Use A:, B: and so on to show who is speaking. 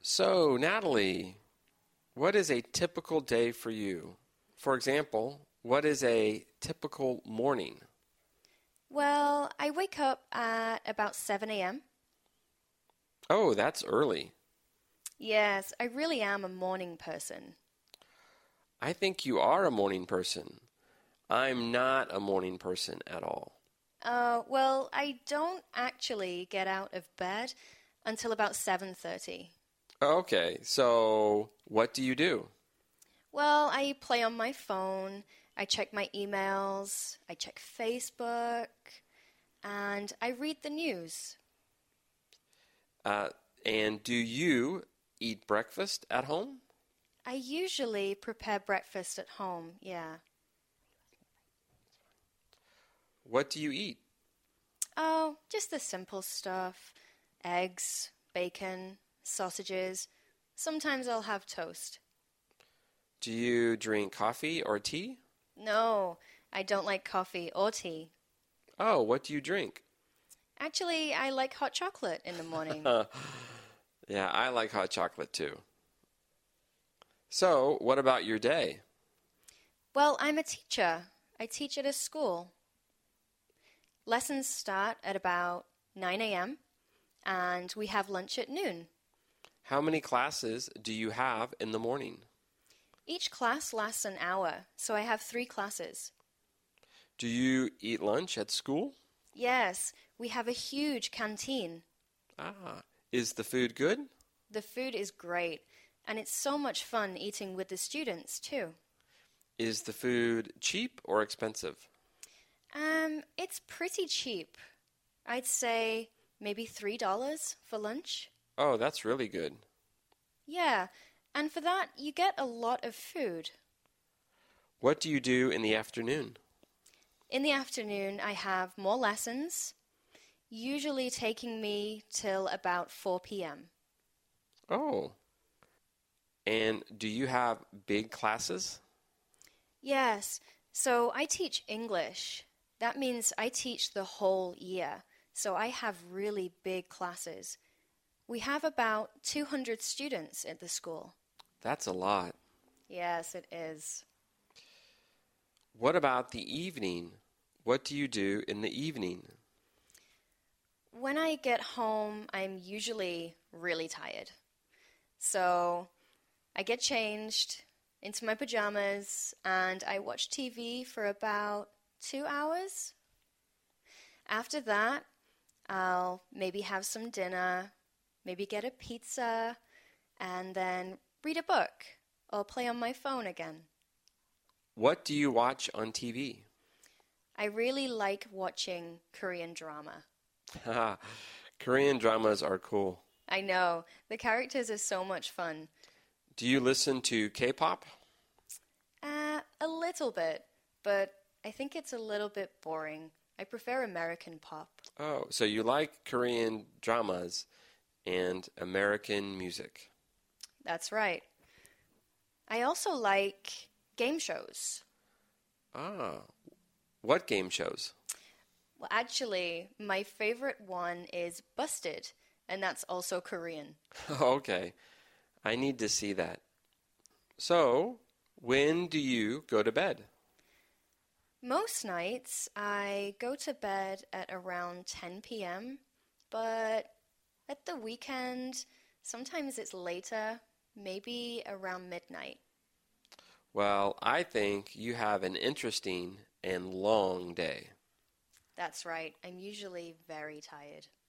A: So, Natalie, what is a typical day for you? For example, what is a typical morning?
B: Well, I wake up at about 7 a.m.
A: Oh, that's early.
B: Yes, I really am a morning person.
A: I think you are a morning person. I'm not a morning person at all.
B: Uh, well, I don't actually get out of bed until about 7:30.
A: Okay, so what do you do?
B: Well, I play on my phone, I check my emails, I check Facebook, and I read the news.
A: Uh, and do you eat breakfast at home?
B: I usually prepare breakfast at home, yeah.
A: What do you eat?
B: Oh, just the simple stuff eggs, bacon, sausages. Sometimes I'll have toast.
A: Do you drink coffee or tea?
B: No, I don't like coffee or tea.
A: Oh, what do you drink?
B: Actually, I like hot chocolate in the morning.
A: Yeah, I like hot chocolate too. So, what about your day?
B: well, I'm a teacher. I teach at a school. Lessons start at about 9 a.m., and we have lunch at noon.
A: How many classes do you have in the morning?
B: Each class lasts an hour, so I have three classes.
A: Do you eat lunch at school?
B: Yes, we have a huge canteen.
A: Ah, is the food good?
B: The food is great, and it's so much fun eating with the students, too.
A: Is the food cheap or expensive?
B: Um, it's pretty cheap. I'd say maybe $3 for lunch.
A: Oh, that's really good.
B: Yeah, and for that, you get a lot of food.
A: What do you do in the afternoon?
B: In the afternoon, I have more lessons, usually taking me till about 4 p.m.
A: Oh. And do you have big classes?
B: Yes, so I teach English. That means I teach the whole year, so I have really big classes. We have about 200 students at the school.
A: That's a lot.
B: Yes, it is.
A: What about the evening? What do you do in the evening?
B: When I get home, I'm usually really tired. So I get changed into my pajamas and I watch TV for about two hours. After that, I'll maybe have some dinner, maybe get a pizza, and then read a book or play on my phone again.
A: What do you watch on TV?
B: I really like watching Korean drama.
A: Haha, Korean dramas are cool.
B: I know, the characters are so much fun.
A: Do you listen to K pop?
B: Uh, a little bit, but I think it's a little bit boring. I prefer American pop.
A: Oh, so you like Korean dramas and American music.
B: That's right. I also like game shows.
A: Ah, what game shows?
B: Well, actually, my favorite one is Busted, and that's also Korean.
A: okay, I need to see that. So, when do you go to bed?
B: Most nights, I go to bed at around 10 p.m., but at the weekend, sometimes it's later, maybe around midnight.
A: Well, I think you have an interesting and long day.
B: That's right, I'm usually very tired.